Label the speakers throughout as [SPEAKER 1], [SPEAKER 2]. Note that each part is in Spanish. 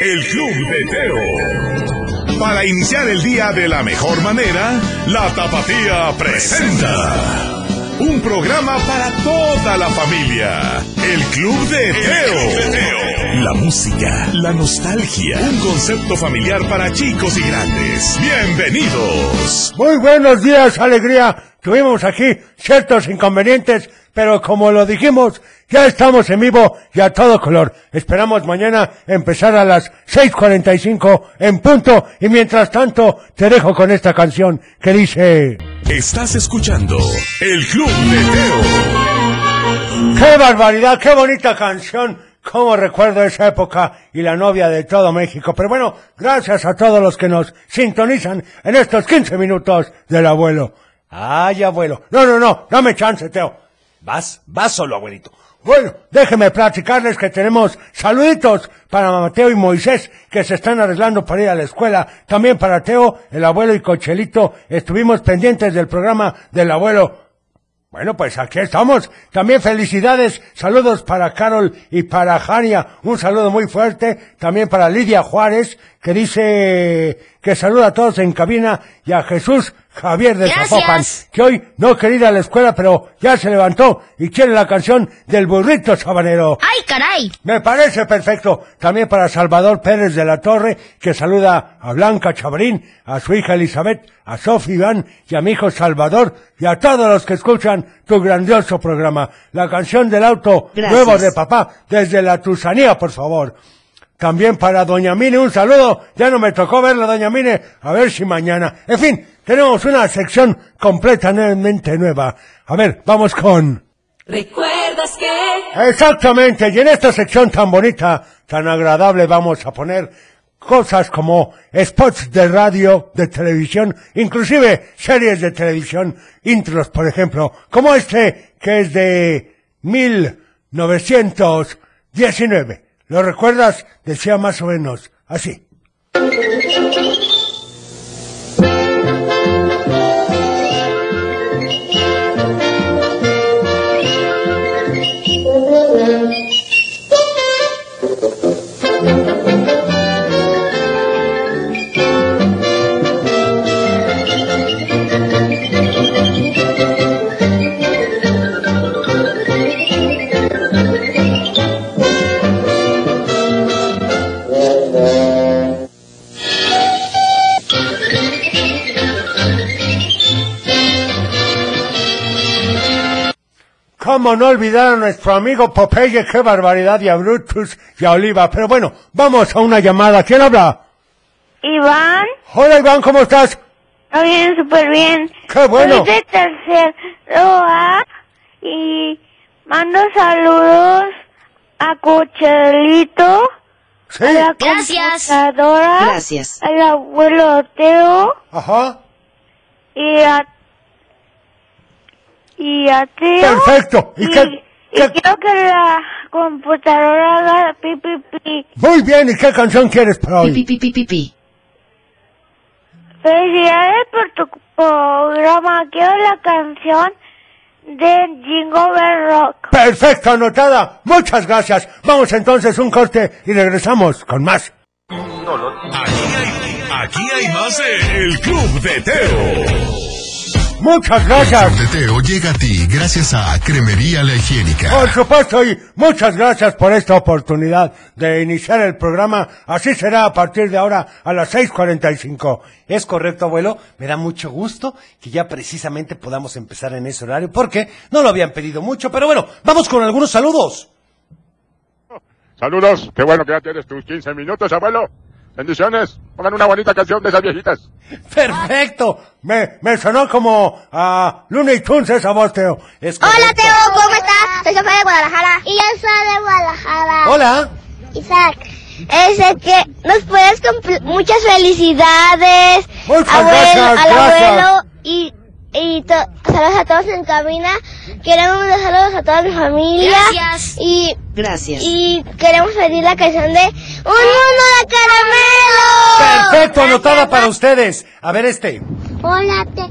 [SPEAKER 1] El Club de Teo. Para iniciar el día de la mejor manera, la Tapatía presenta un programa para toda la familia. El Club de Teo. La música, la nostalgia, un concepto familiar para chicos y grandes. Bienvenidos.
[SPEAKER 2] Muy buenos días, alegría. Tuvimos aquí ciertos inconvenientes, pero como lo dijimos, ya estamos en vivo y a todo color. Esperamos mañana empezar a las 6.45 en punto y mientras tanto te dejo con esta canción que dice...
[SPEAKER 1] Estás escuchando El Club de Teo.
[SPEAKER 2] ¡Qué barbaridad! ¡Qué bonita canción! Cómo recuerdo esa época y la novia de todo México. Pero bueno, gracias a todos los que nos sintonizan en estos 15 minutos del abuelo. ¡Ay, abuelo! No, no, no, dame chance, Teo.
[SPEAKER 3] Vas, vas solo, abuelito.
[SPEAKER 2] Bueno, déjenme platicarles que tenemos saluditos para Mateo y Moisés que se están arreglando para ir a la escuela. También para Teo, el abuelo y Cochelito. Estuvimos pendientes del programa del abuelo. Bueno, pues aquí estamos. También felicidades, saludos para Carol y para Jania. Un saludo muy fuerte. También para Lidia Juárez, que dice que saluda a todos en cabina y a Jesús Javier de
[SPEAKER 4] Gracias.
[SPEAKER 2] Zapopan, que hoy no quería ir a la escuela, pero ya se levantó y quiere la canción del burrito sabanero.
[SPEAKER 4] ¡Ay, caray!
[SPEAKER 2] Me parece perfecto. También para Salvador Pérez de la Torre, que saluda a Blanca Chabrín, a su hija Elizabeth, a Sofi Iván y a mi hijo Salvador y a todos los que escuchan tu grandioso programa. La canción del auto
[SPEAKER 4] Gracias.
[SPEAKER 2] nuevo de papá, desde la Tusanía, por favor. También para Doña Mine, un saludo. Ya no me tocó verla, Doña Mine. A ver si mañana. En fin, tenemos una sección completamente nueva. A ver, vamos con...
[SPEAKER 5] ¿Recuerdas que?
[SPEAKER 2] Exactamente, y en esta sección tan bonita, tan agradable, vamos a poner cosas como spots de radio, de televisión, inclusive series de televisión, intros, por ejemplo, como este que es de 1919. ¿Lo recuerdas? Decía más o menos así. ¿Cómo no olvidar a nuestro amigo Popeye? ¡Qué barbaridad! Y a Brutus y a Oliva. Pero bueno, vamos a una llamada. ¿Quién habla?
[SPEAKER 6] Iván,
[SPEAKER 2] Hola Iván, ¿cómo estás?
[SPEAKER 6] está bien, súper bien.
[SPEAKER 2] ¡Qué bueno!
[SPEAKER 6] Soy de tercero A y mando saludos a Cochelito,
[SPEAKER 2] ¿Sí?
[SPEAKER 6] a la
[SPEAKER 4] Gracias.
[SPEAKER 6] computadora,
[SPEAKER 5] Gracias.
[SPEAKER 6] al abuelo Teo
[SPEAKER 2] Ajá.
[SPEAKER 6] y a, y a Teo.
[SPEAKER 2] Perfecto. ¿Y
[SPEAKER 6] Y,
[SPEAKER 2] qué,
[SPEAKER 6] y
[SPEAKER 2] qué-
[SPEAKER 6] quiero que la computadora haga pi, pi, pi.
[SPEAKER 2] Muy bien, ¿y qué canción quieres para
[SPEAKER 5] Pi, pi,
[SPEAKER 2] hoy?
[SPEAKER 5] pi, pi, pi, pi.
[SPEAKER 6] Felicidades eh, por tu programa. Quiero la canción de Jingo Bell Rock.
[SPEAKER 2] Perfecto, anotada. Muchas gracias. Vamos entonces un corte y regresamos con más.
[SPEAKER 1] Aquí hay, aquí hay más de El Club de Teo.
[SPEAKER 2] Muchas
[SPEAKER 7] El
[SPEAKER 2] gracias.
[SPEAKER 7] Club de Teo llega a ti gracias a Cremería La
[SPEAKER 2] Por
[SPEAKER 7] Higiénica.
[SPEAKER 2] supuesto, y muchas gracias por esta oportunidad de iniciar el programa. Así será a partir de ahora a las 6.45.
[SPEAKER 3] Es correcto, abuelo. Me da mucho gusto que ya precisamente podamos empezar en ese horario porque no lo habían pedido mucho. Pero bueno, vamos con algunos saludos.
[SPEAKER 8] Saludos, qué bueno que ya tienes tus 15 minutos, abuelo. Bendiciones, pongan una bonita canción de esas viejitas.
[SPEAKER 2] Perfecto. Me, me sonó como a Looney Tunes esa voz, Teo.
[SPEAKER 3] Es
[SPEAKER 4] Hola,
[SPEAKER 3] correcto.
[SPEAKER 4] Teo, ¿cómo estás? Soy Sofía de Guadalajara.
[SPEAKER 9] Y yo soy de Guadalajara.
[SPEAKER 3] Hola.
[SPEAKER 9] Isaac, ese Oh. que nos puedes cumplir muchas felicidades.
[SPEAKER 2] Muchas
[SPEAKER 9] abuelo,
[SPEAKER 2] gracias,
[SPEAKER 9] al
[SPEAKER 2] gracias.
[SPEAKER 9] abuelo y, y to- saludos a todos en cabina. Queremos dar saludos a toda mi familia.
[SPEAKER 4] Gracias.
[SPEAKER 9] Y,
[SPEAKER 5] Gracias.
[SPEAKER 9] y queremos pedir la canción de Un mundo de caramelo.
[SPEAKER 3] Perfecto, anotada para ustedes. A ver este.
[SPEAKER 9] Hola, te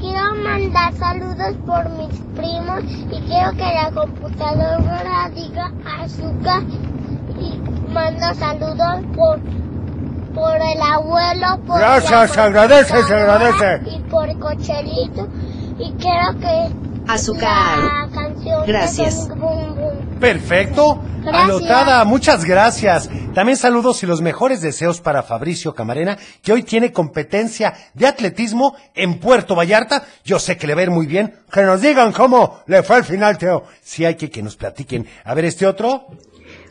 [SPEAKER 9] quiero mandar saludos por mis primos y quiero que la computadora diga azúcar y,
[SPEAKER 6] manda saludos por, por el abuelo, por
[SPEAKER 10] Gracias, se
[SPEAKER 6] la
[SPEAKER 10] agradece, se
[SPEAKER 6] computadora
[SPEAKER 10] agradece.
[SPEAKER 6] Y por Cochelito. Y quiero que
[SPEAKER 4] azúcar,
[SPEAKER 6] la canción de
[SPEAKER 4] Gracias.
[SPEAKER 6] Bum, Bum, Bum.
[SPEAKER 2] Perfecto.
[SPEAKER 6] Gracias.
[SPEAKER 2] Anotada, muchas gracias. También saludos y los mejores deseos para Fabricio Camarena, que hoy tiene competencia de atletismo en Puerto Vallarta. Yo sé que le va a ir muy bien.
[SPEAKER 10] Que nos digan cómo le fue al final, Teo.
[SPEAKER 2] Si hay que que nos platiquen. A ver, este otro.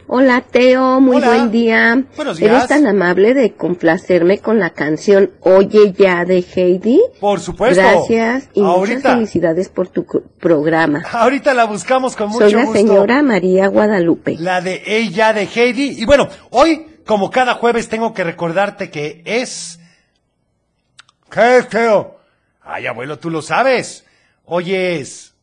[SPEAKER 8] Hola Teo, muy
[SPEAKER 2] Hola.
[SPEAKER 8] buen día.
[SPEAKER 2] Buenos días.
[SPEAKER 8] ¿Eres tan amable de complacerme con la canción Oye ya de Heidi?
[SPEAKER 2] Por supuesto.
[SPEAKER 8] Gracias y
[SPEAKER 2] Ahorita.
[SPEAKER 8] muchas felicidades por tu co- programa.
[SPEAKER 2] Ahorita la buscamos con mucho
[SPEAKER 8] Soy la
[SPEAKER 2] gusto.
[SPEAKER 8] señora María Guadalupe.
[SPEAKER 2] La de ella, de Heidi. Y bueno, hoy, como cada jueves, tengo que recordarte que es.
[SPEAKER 10] ¿Qué es, Teo?
[SPEAKER 2] Ay, abuelo, tú lo sabes. Hoy es.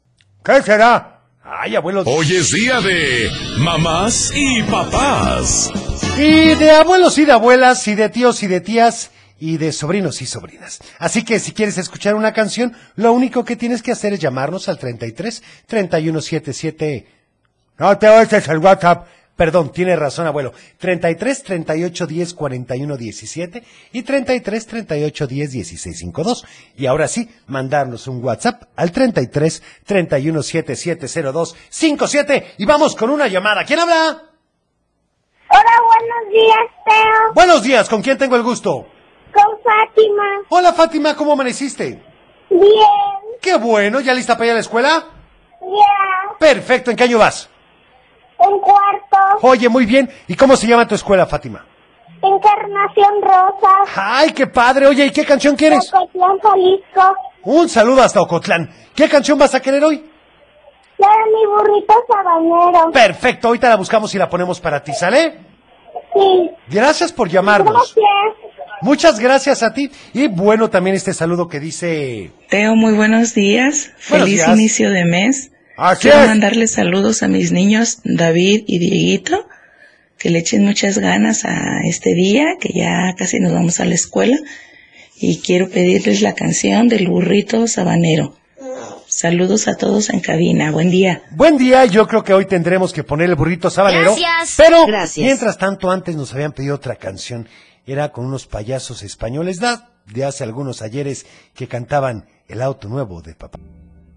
[SPEAKER 10] ¿Qué será?
[SPEAKER 2] Ay, abuelo.
[SPEAKER 1] Hoy es día de mamás y papás.
[SPEAKER 2] Y de abuelos y de abuelas, y de tíos y de tías, y de sobrinos y sobrinas. Así que si quieres escuchar una canción, lo único que tienes que hacer es llamarnos al 33 3177.
[SPEAKER 10] No, Teo, este es el WhatsApp.
[SPEAKER 2] Perdón, tiene razón, abuelo. 33 38 10 41 17 y 33 38 10 16 52. Y ahora sí, mandarnos un WhatsApp al 33 31 7702 57 y vamos con una llamada. ¿Quién habla?
[SPEAKER 11] Hola, buenos días, Teo.
[SPEAKER 2] Buenos días, ¿con quién tengo el gusto?
[SPEAKER 11] Con Fátima.
[SPEAKER 2] Hola Fátima, ¿cómo amaneciste?
[SPEAKER 11] Bien,
[SPEAKER 2] Qué bueno, ¿ya lista para ir a la escuela?
[SPEAKER 11] ya.
[SPEAKER 2] Perfecto, ¿en qué año vas?
[SPEAKER 11] Un cuarto.
[SPEAKER 2] Oye, muy bien. ¿Y cómo se llama tu escuela, Fátima?
[SPEAKER 11] Encarnación Rosa.
[SPEAKER 2] ¡Ay, qué padre! Oye, ¿y qué canción quieres?
[SPEAKER 11] Cocotlán, Jalisco.
[SPEAKER 2] Un saludo hasta Ocotlán. ¿Qué canción vas a querer hoy?
[SPEAKER 11] La de mi burrito sabanero.
[SPEAKER 2] Perfecto, ahorita la buscamos y la ponemos para ti, ¿sale?
[SPEAKER 11] Sí.
[SPEAKER 2] Gracias por llamarnos.
[SPEAKER 11] Gracias.
[SPEAKER 2] Muchas gracias a ti. Y bueno, también este saludo que dice...
[SPEAKER 8] Teo, muy buenos días.
[SPEAKER 2] Buenos
[SPEAKER 8] Feliz
[SPEAKER 2] días.
[SPEAKER 8] inicio de mes.
[SPEAKER 10] Así
[SPEAKER 8] Quiero
[SPEAKER 10] es.
[SPEAKER 8] mandarles saludos a mis niños David y Dieguito, que le echen muchas ganas a este día, que ya casi nos vamos a la escuela. Y quiero pedirles la canción del burrito sabanero. Saludos a todos en cabina. Buen día.
[SPEAKER 2] Buen día, yo creo que hoy tendremos que poner el burrito sabanero.
[SPEAKER 8] Gracias.
[SPEAKER 2] Pero
[SPEAKER 8] Gracias.
[SPEAKER 2] mientras tanto, antes nos habían pedido otra canción. Era con unos payasos españoles da- de hace algunos ayeres que cantaban El auto nuevo de papá.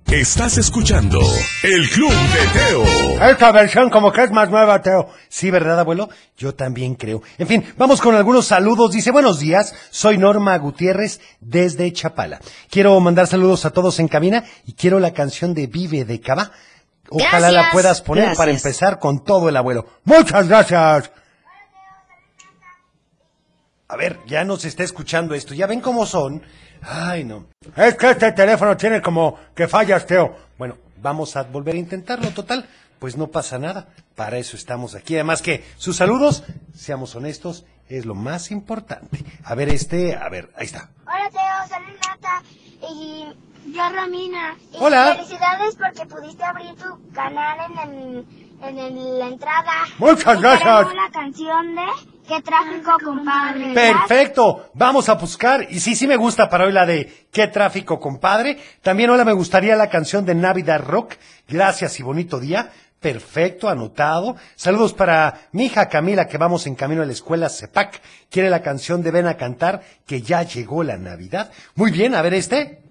[SPEAKER 1] Estás escuchando El Club de Teo.
[SPEAKER 10] Esta versión como que es más nueva, Teo.
[SPEAKER 2] Sí, ¿verdad, abuelo? Yo también creo. En fin, vamos con algunos saludos. Dice, buenos días, soy Norma Gutiérrez desde Chapala. Quiero mandar saludos a todos en cabina y quiero la canción de Vive de Cava. Ojalá la
[SPEAKER 8] Gracias.
[SPEAKER 2] puedas poner para
[SPEAKER 8] Gracias.
[SPEAKER 2] empezar con todo el abuelo.
[SPEAKER 10] Muchas gracias.
[SPEAKER 2] A ver, ya nos está escuchando esto. Ya ven cómo son. Ay, no.
[SPEAKER 10] Es que este teléfono tiene como que fallas, Teo.
[SPEAKER 2] Bueno, vamos a volver a intentarlo. Total, pues no pasa nada. Para eso estamos aquí. Además que sus saludos, seamos honestos, es lo más importante. A ver, este, a ver, ahí está.
[SPEAKER 6] Hola Teo, soy Renata y yo Romina. Y
[SPEAKER 2] Hola.
[SPEAKER 6] Felicidades porque pudiste abrir tu canal en, el- en el- la entrada.
[SPEAKER 10] Muchas
[SPEAKER 6] Y
[SPEAKER 10] gracias.
[SPEAKER 6] queremos la canción de Qué
[SPEAKER 11] Ah,
[SPEAKER 6] tráfico, compadre.
[SPEAKER 2] Perfecto, vamos a buscar. Y sí, sí me gusta para hoy la de ¿Qué tráfico, compadre? También hola, me gustaría la canción de Navidad Rock. Gracias y bonito día. Perfecto, anotado. Saludos para mi hija Camila, que vamos en camino a la escuela CEPAC. Quiere la canción de Ven a cantar, que ya llegó la Navidad. Muy bien, a ver este.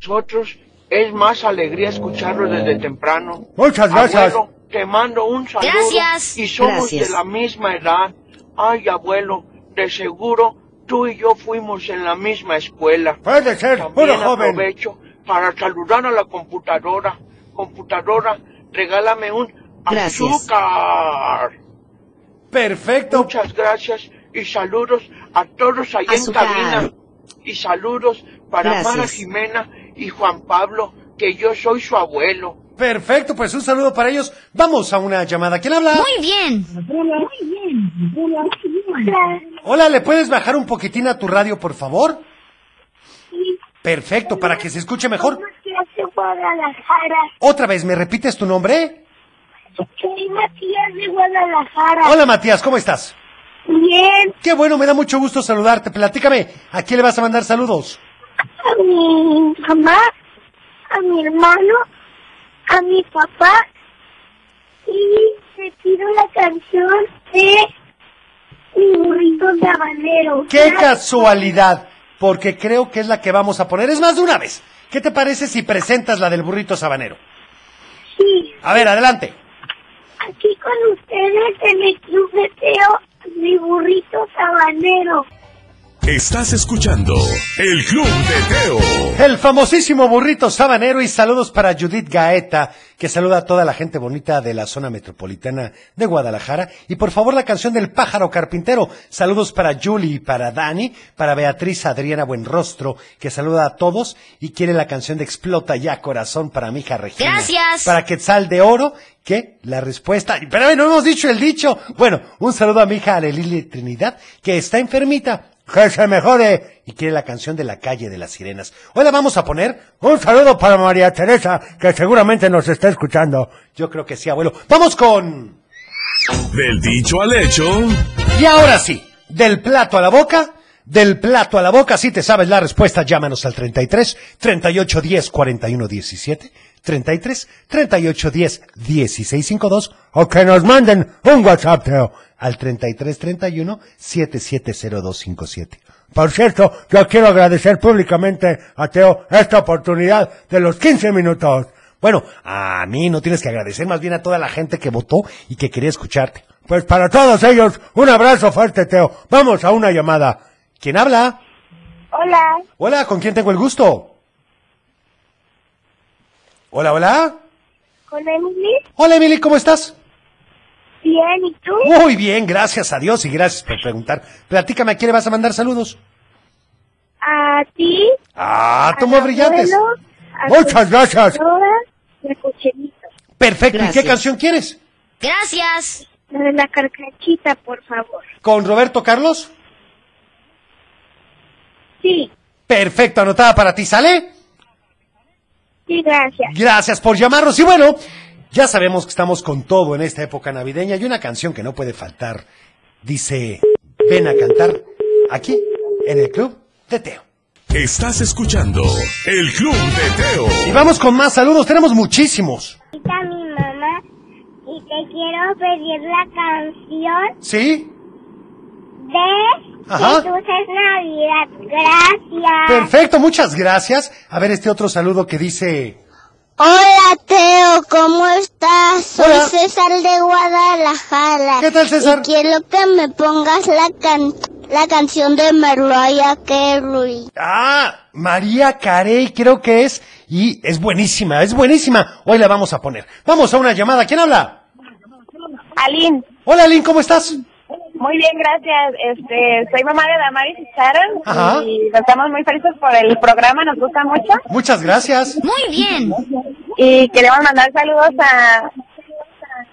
[SPEAKER 8] Nosotros es más alegría escucharlo desde temprano.
[SPEAKER 10] Muchas gracias.
[SPEAKER 8] Abuelo, te mando un saludo.
[SPEAKER 4] Gracias.
[SPEAKER 8] Y somos
[SPEAKER 4] Gracias.
[SPEAKER 8] de la misma edad. Ay, abuelo, de seguro tú y yo fuimos en la misma escuela.
[SPEAKER 10] Puede ser, puro
[SPEAKER 8] También
[SPEAKER 10] joven.
[SPEAKER 8] aprovecho para saludar a la computadora. Computadora, regálame un
[SPEAKER 4] Gracias.
[SPEAKER 8] azúcar.
[SPEAKER 2] Perfecto.
[SPEAKER 8] Muchas gracias y saludos a todos allá en
[SPEAKER 4] Azúcar.
[SPEAKER 8] cabina. Y saludos para
[SPEAKER 4] Gracias.
[SPEAKER 8] Mara Jimena y Juan Pablo, que yo soy su abuelo.
[SPEAKER 2] Perfecto, pues un saludo para ellos. Vamos a una llamada. ¿Quién habla? Hola, ¿le puedes bajar un poquitín a tu radio, por favor? Perfecto, para que se escuche mejor.
[SPEAKER 11] de Guadalajara.
[SPEAKER 2] Otra vez, ¿me repites tu nombre?
[SPEAKER 11] Soy Matías de Guadalajara.
[SPEAKER 2] Hola, Matías, ¿cómo estás?
[SPEAKER 11] Bien,
[SPEAKER 2] Qué bueno, me da mucho gusto saludarte. Platícame, ¿a quién le vas a mandar saludos?
[SPEAKER 11] a mi mamá, a mi hermano, a mi papá. Y te pido la canción canción de Mi burrito de habanero.
[SPEAKER 2] ¡Qué casualidad! Porque creo que es la que vamos a poner. Es más de una vez. ¿Qué te parece si presentas la del burrito sabanero?
[SPEAKER 11] Sí,
[SPEAKER 2] A ver, adelante.
[SPEAKER 11] aquí con ustedes en el Club de Teo, mi burrito sabanero.
[SPEAKER 1] Estás escuchando El Club de Teo.
[SPEAKER 2] El famosísimo burrito sabanero y saludos para Judith Gaeta, que saluda a toda la gente bonita de la zona metropolitana de Guadalajara. Y por favor la canción del pájaro carpintero. Saludos para Julie y para Dani, para Beatriz Adriana Buenrostro, que saluda a todos y quiere la canción de Explota ya corazón para mi hija Regina.
[SPEAKER 4] Gracias.
[SPEAKER 2] Para Quetzal de Oro, que la respuesta... Pero ay, no hemos dicho el dicho. Bueno, un saludo a mi hija Arelili Trinidad, que está enfermita.
[SPEAKER 10] Que se mejore.
[SPEAKER 2] Y quiere la canción de la calle de las sirenas. Hoy la vamos a poner
[SPEAKER 10] Un saludo para María Teresa, que seguramente nos está escuchando.
[SPEAKER 2] Yo creo que sí, abuelo. Vamos con...
[SPEAKER 1] Del dicho al hecho.
[SPEAKER 2] Y ahora sí, del plato a la boca, del plato a la boca, si te sabes la respuesta, llámanos al 33 38 10 41 17, 33 38 10 16 52
[SPEAKER 10] O que nos manden un WhatsApp, Teo.
[SPEAKER 2] al 33 31 770257.
[SPEAKER 10] Por cierto, yo quiero agradecer públicamente a Teo esta oportunidad de los 15 minutos.
[SPEAKER 2] Bueno, a mí no tienes que agradecer, más bien a toda la gente que votó y que quería escucharte.
[SPEAKER 10] Pues para todos ellos, un abrazo fuerte, Teo. Vamos a una llamada.
[SPEAKER 2] ¿Quién habla?
[SPEAKER 11] Hola,
[SPEAKER 2] Hola, ¿con quién tengo el gusto? Hola, hola.
[SPEAKER 11] ¿con Emily?
[SPEAKER 2] Hola, Emily, ¿cómo estás?
[SPEAKER 11] Bien, ¿y tú?
[SPEAKER 2] Muy bien, gracias a Dios y gracias por preguntar. Platícame, ¿a quién le vas a mandar saludos?
[SPEAKER 11] A ti.
[SPEAKER 2] Ah,
[SPEAKER 11] a
[SPEAKER 2] toma
[SPEAKER 11] tu
[SPEAKER 2] brillantes.
[SPEAKER 11] abuelo, a
[SPEAKER 10] Muchas
[SPEAKER 11] tu
[SPEAKER 10] gracias.
[SPEAKER 11] señora y a tu chelito.
[SPEAKER 2] Perfecto, ¿y
[SPEAKER 4] Gracias.
[SPEAKER 2] qué canción quieres?
[SPEAKER 4] Gracias.
[SPEAKER 11] La de la carcachita, por favor.
[SPEAKER 2] ¿Con Roberto Carlos?
[SPEAKER 11] Sí,
[SPEAKER 2] Perfecto, anotada para ti, ¿sale?
[SPEAKER 11] sí, gracias.
[SPEAKER 2] Gracias por llamarnos y bueno, ya sabemos que estamos con todo en esta época navideña y una canción que no puede faltar dice, ven a cantar aquí en el club de Teo.
[SPEAKER 1] Estás escuchando El Club de Teo.
[SPEAKER 2] Y vamos con más saludos, tenemos muchísimos.
[SPEAKER 11] a mi mamá y te quiero pedir la canción
[SPEAKER 2] ¿Sí?
[SPEAKER 11] de
[SPEAKER 2] Ajá.
[SPEAKER 11] Jesús es Navidad. Gracias.
[SPEAKER 2] Perfecto, muchas gracias. A ver este otro saludo que dice...
[SPEAKER 6] Hola Teo, ¿cómo estás? Soy
[SPEAKER 2] Hola.
[SPEAKER 6] César de Guadalajara.
[SPEAKER 2] ¿Qué tal, César?
[SPEAKER 6] Y quiero que me pongas la can- la canción de Mariah Carey.
[SPEAKER 2] Ah, María Carey creo que es y es buenísima, es buenísima. Hoy la vamos a poner. Vamos a una llamada. ¿Quién habla?
[SPEAKER 11] Alin,
[SPEAKER 2] Hola, Lin, ¿cómo estás?
[SPEAKER 11] muy bien, gracias. Este, soy mamá de Damaris y Sharon
[SPEAKER 2] Ajá.
[SPEAKER 11] y estamos muy felices por el programa, nos gusta mucho
[SPEAKER 2] Muchas gracias.
[SPEAKER 4] Muy bien.
[SPEAKER 11] y queremos mandar saludos a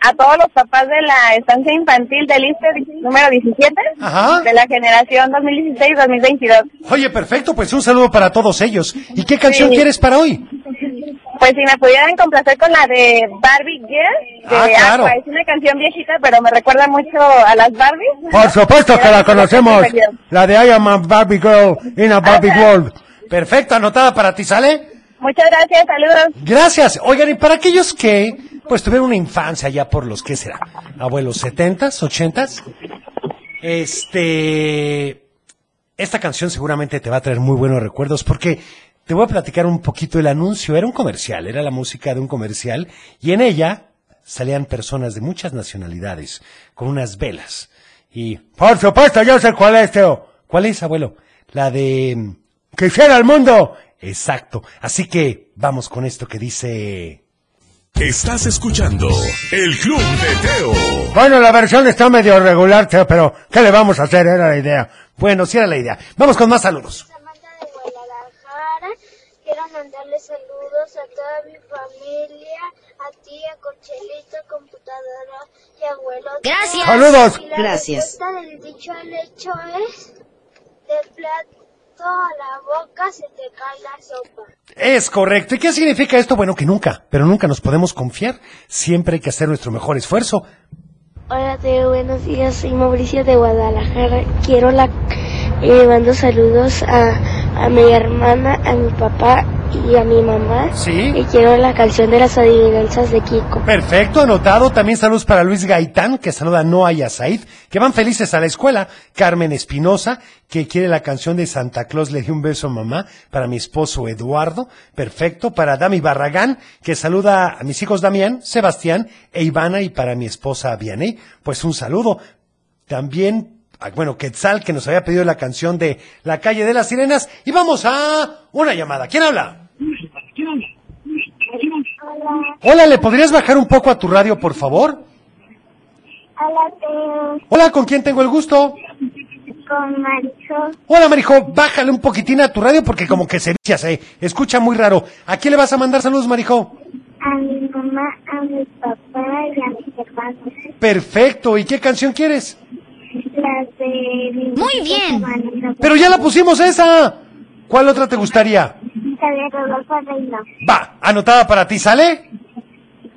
[SPEAKER 11] a todos los papás de la estancia infantil del ISTE número 17
[SPEAKER 2] Ajá.
[SPEAKER 11] de la generación 2016-2022.
[SPEAKER 2] Oye, perfecto, pues un saludo para todos ellos. ¿Y qué canción
[SPEAKER 11] Sí.
[SPEAKER 2] quieres para hoy?
[SPEAKER 11] Pues si me pudieran complacer con la de Barbie Girl de
[SPEAKER 2] Ah, claro.
[SPEAKER 11] Aqua. Es una canción viejita, pero me recuerda mucho a las Barbies.
[SPEAKER 10] Por supuesto que la conocemos. La de I am a Barbie Girl in a Barbie World.
[SPEAKER 2] Perfecto, anotada para ti, ¿sale?
[SPEAKER 11] Muchas gracias, saludos.
[SPEAKER 2] Gracias. Oigan, y para aquellos que pues tuvieron una infancia ya por los, ¿qué será? Abuelos, setentas, ochentas. Este... Esta canción seguramente te va a traer muy buenos recuerdos porque te voy a platicar un poquito el anuncio. Era un comercial, era la música de un comercial y en ella salían personas de muchas nacionalidades con unas velas. Y,
[SPEAKER 10] Por supuesto, yo sé cuál es, Teo.
[SPEAKER 2] ¿cuál es, abuelo? La de...
[SPEAKER 10] Quisiera el mundo.
[SPEAKER 2] Exacto. Así que vamos con esto que dice...
[SPEAKER 1] Estás escuchando El Club de Teo.
[SPEAKER 10] Bueno, la versión está medio regular, Teo, pero ¿qué le vamos a hacer? Era la idea.
[SPEAKER 2] Bueno, sí era la idea. Vamos con más saludos.
[SPEAKER 6] Samantha de Guadalajara. Quiero mandarle saludos a toda mi familia, a ti, a Cochelito, computadora y abuelo.
[SPEAKER 4] Gracias.
[SPEAKER 10] Saludos.
[SPEAKER 6] Y la
[SPEAKER 4] Gracias.
[SPEAKER 6] respuesta del dicho al hecho es, de plato a la boca se te cae la sopa.
[SPEAKER 2] Es correcto. ¿Y qué significa esto? Bueno, que nunca, pero nunca nos podemos confiar. Siempre hay que hacer nuestro mejor esfuerzo.
[SPEAKER 6] Hola Teo, buenos días, soy Mauricio de Guadalajara. Quiero la eh, mando saludos a, a mi hermana, a mi papá y a mi mamá.
[SPEAKER 2] Sí.
[SPEAKER 6] Y quiero la canción de las adivinanzas de Kiko.
[SPEAKER 2] Perfecto, anotado. También saludos para Luis Gaitán, que saluda a Noah y a Said, que van felices a la escuela. Carmen Espinosa, que quiere la canción de Santa Claus, le di un beso a mamá, para mi esposo Eduardo. Perfecto, para Dami Barragán, que saluda a mis hijos Damián, Sebastián e Ivana, y para mi esposa Vianey, pues un saludo. También, ah, bueno, Quetzal, que nos había pedido la canción de La calle de las sirenas. Y vamos a una llamada. ¿Quién habla? Hola, ¿le podrías bajar un poco a tu radio, por favor?
[SPEAKER 6] Hola, Teo.
[SPEAKER 2] Hola, ¿con quién tengo el gusto?
[SPEAKER 6] Con Marijo.
[SPEAKER 2] Hola, Marijo, bájale un poquitín a tu radio porque como que se vicia, se escucha muy raro. ¿A quién le vas a mandar saludos, Marijo?
[SPEAKER 6] A mi mamá, a mi papá y a mis hermanos.
[SPEAKER 2] Perfecto, ¿y qué canción quieres?
[SPEAKER 6] Las de... mi
[SPEAKER 4] Muy bien.
[SPEAKER 6] hermano.
[SPEAKER 2] Pero ya la pusimos esa. ¿Cuál otra te gustaría?
[SPEAKER 6] La de Rodolfo Reino.
[SPEAKER 2] Va, anotada para ti, ¿sale?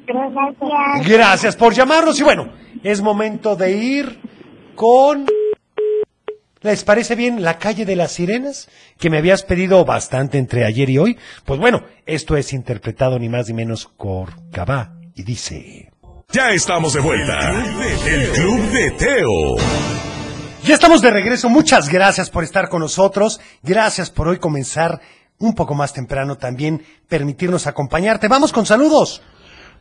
[SPEAKER 6] Gracias.
[SPEAKER 2] Gracias por llamarnos y bueno, es momento de ir con... ¿Les parece bien la calle de las sirenas? Que me habías pedido bastante entre ayer y hoy. Pues bueno, esto es interpretado ni más ni menos por Cabá y dice...
[SPEAKER 1] Ya estamos de vuelta. El Club de Teo.
[SPEAKER 2] Ya estamos de regreso. Muchas gracias por estar con nosotros. Gracias por hoy comenzar un poco más temprano también, permitirnos acompañarte. Vamos con saludos.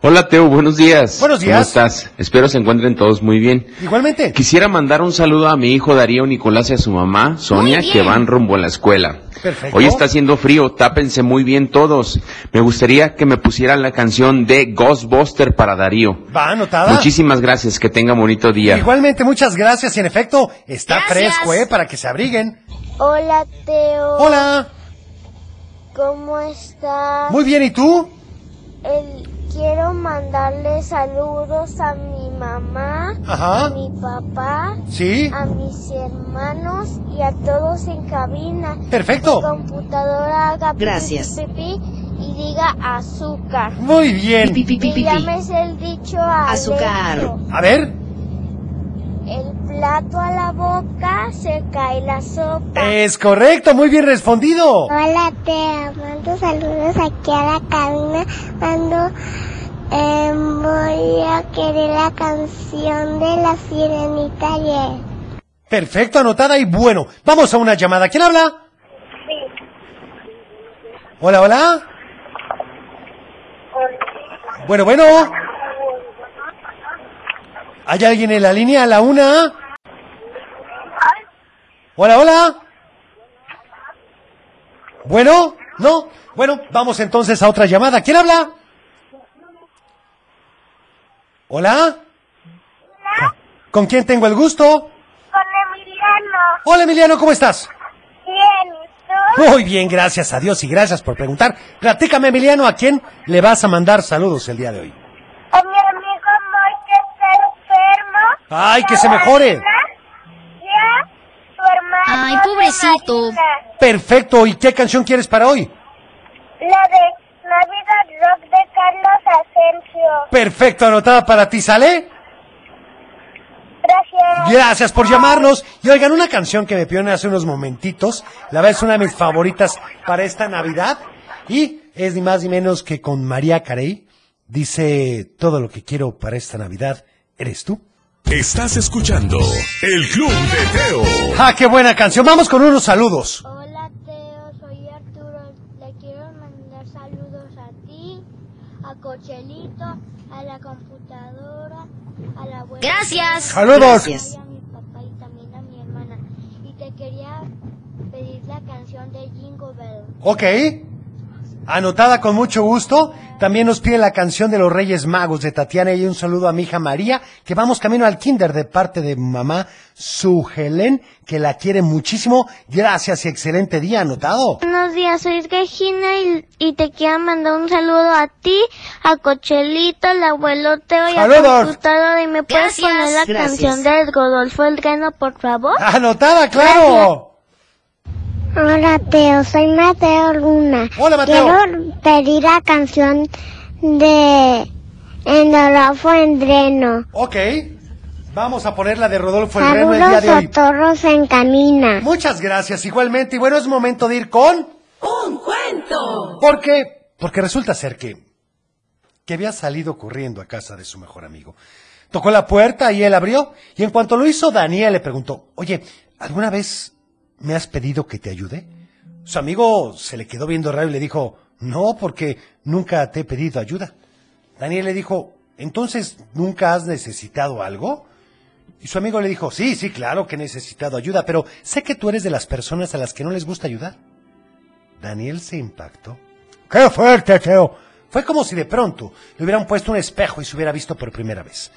[SPEAKER 3] Hola Teo, buenos días.
[SPEAKER 2] Buenos días.
[SPEAKER 3] ¿Cómo estás? Espero se encuentren todos muy bien.
[SPEAKER 2] Igualmente.
[SPEAKER 3] Quisiera mandar un saludo a mi hijo Darío Nicolás y a su mamá, Sonia,
[SPEAKER 4] Muy bien.
[SPEAKER 3] que van rumbo a la escuela.
[SPEAKER 2] Perfecto.
[SPEAKER 3] Hoy está haciendo frío, tápense muy bien todos. Me gustaría que me pusieran la canción de Ghostbuster para Darío.
[SPEAKER 2] Va anotada.
[SPEAKER 3] Muchísimas gracias, que tenga bonito día.
[SPEAKER 2] Igualmente, muchas gracias. Y en efecto, está
[SPEAKER 4] Gracias.
[SPEAKER 2] fresco, ¿eh? Para que se abriguen.
[SPEAKER 6] Hola, Teo.
[SPEAKER 2] Hola.
[SPEAKER 6] ¿Cómo estás?
[SPEAKER 2] Muy bien, ¿y tú?
[SPEAKER 6] El- quiero mandarle saludos a mi mamá,
[SPEAKER 2] Ajá.
[SPEAKER 6] a mi papá,
[SPEAKER 2] Sí.
[SPEAKER 6] a mis hermanos y a todos en cabina. Mi
[SPEAKER 2] Perfecto.
[SPEAKER 6] computadora haga pi,
[SPEAKER 4] Gracias.
[SPEAKER 6] pi, pi, pi, y diga azúcar.
[SPEAKER 2] Muy bien.
[SPEAKER 4] Pi, pi, pi,
[SPEAKER 6] Y
[SPEAKER 4] pi,
[SPEAKER 6] ya
[SPEAKER 4] pi.
[SPEAKER 6] me sé el dicho al
[SPEAKER 4] Azúcar.
[SPEAKER 6] hecho.
[SPEAKER 2] A ver.
[SPEAKER 6] El plato a la boca se cae la sopa.
[SPEAKER 2] Es correcto, muy bien respondido.
[SPEAKER 6] Hola, te mando saludos aquí a la cabina. Mando, eh, voy a querer la canción de la sirenita ayer.
[SPEAKER 2] Perfecto, anotada y bueno. Vamos a una llamada. ¿Quién habla? Hola, hola. Bueno, bueno. ¿Hay alguien en la línea? La una. Hola, hola. Bueno, no. Bueno, vamos entonces a otra llamada. ¿Quién habla? Hola. ¿Con quién tengo el gusto?
[SPEAKER 6] Con Emiliano.
[SPEAKER 2] Hola Emiliano, ¿cómo estás?
[SPEAKER 6] Bien, ¿y tú?
[SPEAKER 2] Muy bien, gracias a Dios y gracias por preguntar. Platícame Emiliano, ¿a quién le vas a mandar saludos el día de hoy?
[SPEAKER 6] A mi amigo Moy que está enfermo.
[SPEAKER 2] Ay, que
[SPEAKER 6] La
[SPEAKER 2] se mejore.
[SPEAKER 6] Ana, Ya, su hermano.
[SPEAKER 4] Ay,
[SPEAKER 6] la
[SPEAKER 4] pobrecito.
[SPEAKER 6] Marina.
[SPEAKER 2] Perfecto, ¿y qué canción quieres para hoy?
[SPEAKER 6] La de Navidad Rock de Carlos Asensio.
[SPEAKER 2] Perfecto, anotada para ti, ¿sale?
[SPEAKER 6] Gracias.
[SPEAKER 2] Gracias por llamarnos. Y oigan, una canción que me pidieron hace unos momentitos, la verdad es una de mis favoritas para esta Navidad, y es ni más ni menos que con María Carey, dice, todo lo que quiero para esta Navidad, ¿eres tú?
[SPEAKER 1] Estás escuchando El Club de Teo.
[SPEAKER 2] ¡Ah, qué buena canción! Vamos con unos saludos.
[SPEAKER 6] Hola Teo, soy Arturo. Le quiero mandar saludos a ti, a Cochelito, a la computadora, a la abuela.
[SPEAKER 4] Gracias.
[SPEAKER 2] Saludos.
[SPEAKER 6] Y a mi papá y también a mi hermana. Y te quería pedir la canción de Jingle Bell.
[SPEAKER 2] Ok. Anotada con mucho gusto. También nos pide la canción de los Reyes Magos de Tatiana y un saludo a mi hija María, que vamos camino al kinder de parte de mamá su Helen, que la quiere muchísimo. Gracias y excelente día, anotado.
[SPEAKER 6] Buenos días, soy Regina y, y te quiero mandar un saludo a ti, a Cochelito, al abuelo Teo y
[SPEAKER 2] Saludos.
[SPEAKER 6] a computadora. ¿Y me puedes
[SPEAKER 4] Gracias,
[SPEAKER 6] poner la
[SPEAKER 4] gracias.
[SPEAKER 6] canción de Rodolfo el Reno, por favor?
[SPEAKER 2] Anotada, claro.
[SPEAKER 6] Hola Teo, soy Mateo Luna.
[SPEAKER 2] Hola, Mateo.
[SPEAKER 6] Quiero pedir la canción de Endorofo Endreno.
[SPEAKER 2] Ok. Vamos a poner la de Rodolfo el Reno el día
[SPEAKER 6] Saludos
[SPEAKER 2] de hoy.
[SPEAKER 6] sotorros en camina.
[SPEAKER 2] Muchas gracias igualmente. Y bueno, es momento de ir con...
[SPEAKER 12] Un cuento Exacto.
[SPEAKER 2] ¿Por qué? Porque resulta ser que, que había salido corriendo a casa de su mejor amigo. Tocó la puerta y él abrió, y en cuanto lo hizo, Daniel le preguntó, oye, ¿alguna vez me has pedido que te ayude? Su amigo se le quedó viendo raro y le dijo, no, porque nunca te he pedido ayuda. Daniel le dijo, entonces, ¿nunca has necesitado algo? Y su amigo le dijo, sí, sí, claro que he necesitado ayuda, pero sé que tú eres de las personas a las que no les gusta ayudar. Daniel se impactó.
[SPEAKER 10] ¡Qué fuerte, Teo!
[SPEAKER 2] Fue como si de pronto le hubieran puesto un espejo y se hubiera visto por primera vez.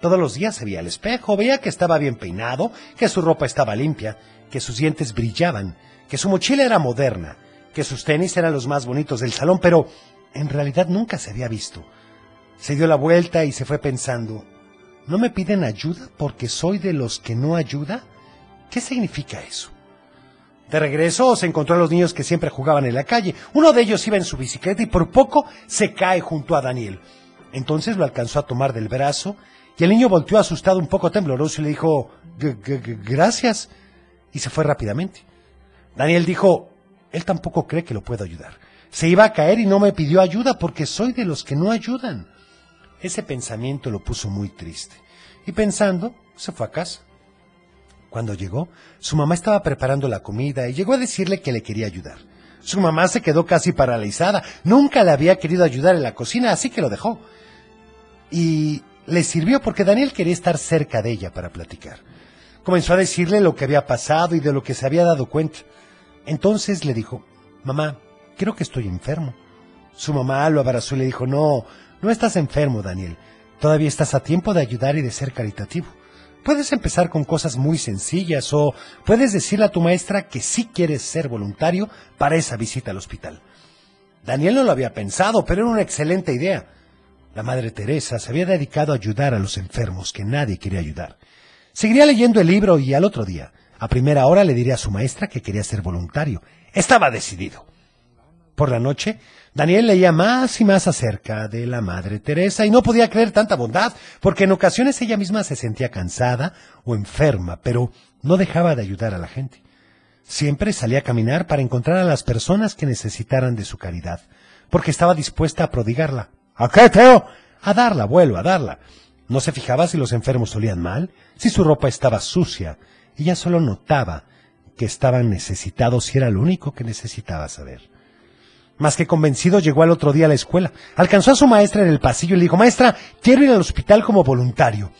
[SPEAKER 2] Todos los días se veía al espejo, veía que estaba bien peinado, que su ropa estaba limpia, que sus dientes brillaban, que su mochila era moderna, que sus tenis eran los más bonitos del salón, pero en realidad nunca se había visto. Se dio la vuelta y se fue pensando, ¿no me piden ayuda porque soy de los que no ayuda? ¿Qué significa eso? De regreso se encontró a los niños que siempre jugaban en la calle. Uno de ellos iba en su bicicleta y por poco se cae junto a Daniel. Entonces lo alcanzó a tomar del brazo y el niño volteó asustado, un poco tembloroso, y le dijo, "G- g- g- gracias. Y se fue rápidamente. Daniel dijo, él tampoco cree que lo puedo ayudar. Se iba a caer y no me pidió ayuda porque soy de los que no ayudan. Ese pensamiento lo puso muy triste. Y pensando, se fue a casa. Cuando llegó, su mamá estaba preparando la comida y llegó a decirle que le quería ayudar. Su mamá se quedó casi paralizada. Nunca le había querido ayudar en la cocina, así que lo dejó. Y le sirvió porque Daniel quería estar cerca de ella para platicar. Comenzó a decirle lo que había pasado y de lo que se había dado cuenta. Entonces le dijo, mamá, creo que estoy enfermo. Su mamá lo abrazó y le dijo, no, no estás enfermo, Daniel. Todavía estás a tiempo de ayudar y de ser caritativo. Puedes empezar con cosas muy sencillas o puedes decirle a tu maestra que sí quieres ser voluntario para esa visita al hospital. Daniel no lo había pensado, pero era una excelente idea. La Madre Teresa se había dedicado a ayudar a los enfermos que nadie quería ayudar. Seguiría leyendo el libro y al otro día, a primera hora, le diría a su maestra que quería ser voluntario. Estaba decidido. Por la noche, Daniel leía más y más acerca de la Madre Teresa y no podía creer tanta bondad, porque en ocasiones ella misma se sentía cansada o enferma, pero no dejaba de ayudar a la gente. Siempre salía a caminar para encontrar a las personas que necesitaran de su caridad, porque estaba dispuesta a prodigarla.
[SPEAKER 10] ¿A qué, Teo?
[SPEAKER 2] A darla, abuelo, a darla. No se fijaba si los enfermos olían mal, si su ropa estaba sucia. Ella solo notaba que estaban necesitados y era lo único que necesitaba saber. Más que convencido, llegó al otro día a la escuela. Alcanzó a su maestra en el pasillo y le dijo, Maestra, quiero ir al hospital como voluntario.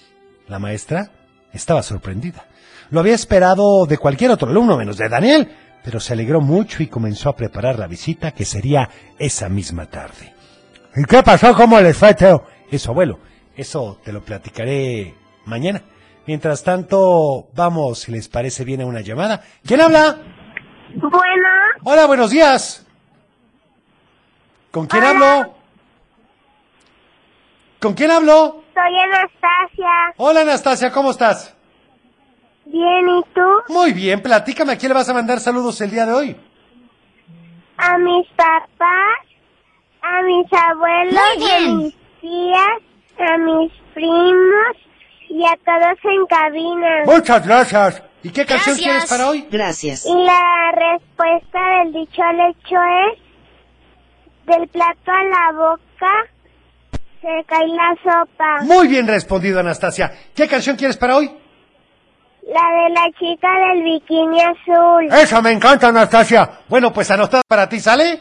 [SPEAKER 2] La maestra estaba sorprendida. Lo había esperado de cualquier otro alumno, menos de Daniel, pero se alegró mucho y comenzó a preparar la visita que sería esa misma tarde.
[SPEAKER 10] ¿Y qué pasó? ¿Cómo les fue, Teo?
[SPEAKER 2] Eso, abuelo, eso te lo platicaré mañana. Mientras tanto, vamos, si les parece bien, a una llamada. ¿Quién habla?
[SPEAKER 6] Bueno,
[SPEAKER 2] Pues, Hola, buenos días. ¿Con quién hablo? ¿Con quién hablo?
[SPEAKER 6] soy Anastasia.
[SPEAKER 2] Hola, Anastasia, ¿cómo estás?
[SPEAKER 6] Bien, ¿y tú?
[SPEAKER 2] Muy bien, platícame, ¿a quién le vas a mandar saludos el día de hoy?
[SPEAKER 6] A mis papás, a mis abuelos,
[SPEAKER 4] Muy bien.
[SPEAKER 6] a mis tías, a mis primos y a todos en cabina.
[SPEAKER 10] Muchas gracias.
[SPEAKER 2] ¿Y qué canción
[SPEAKER 4] Gracias.
[SPEAKER 2] quieres para hoy?
[SPEAKER 12] Gracias.
[SPEAKER 6] Y la respuesta del dicho al hecho es, del plato a la boca se cae la sopa.
[SPEAKER 2] Muy bien respondido, Anastasia. ¿Qué canción quieres para hoy?
[SPEAKER 6] La de la chica del bikini azul.
[SPEAKER 10] Esa me encanta, Anastasia.
[SPEAKER 2] Bueno, pues anotada para ti, ¿sale?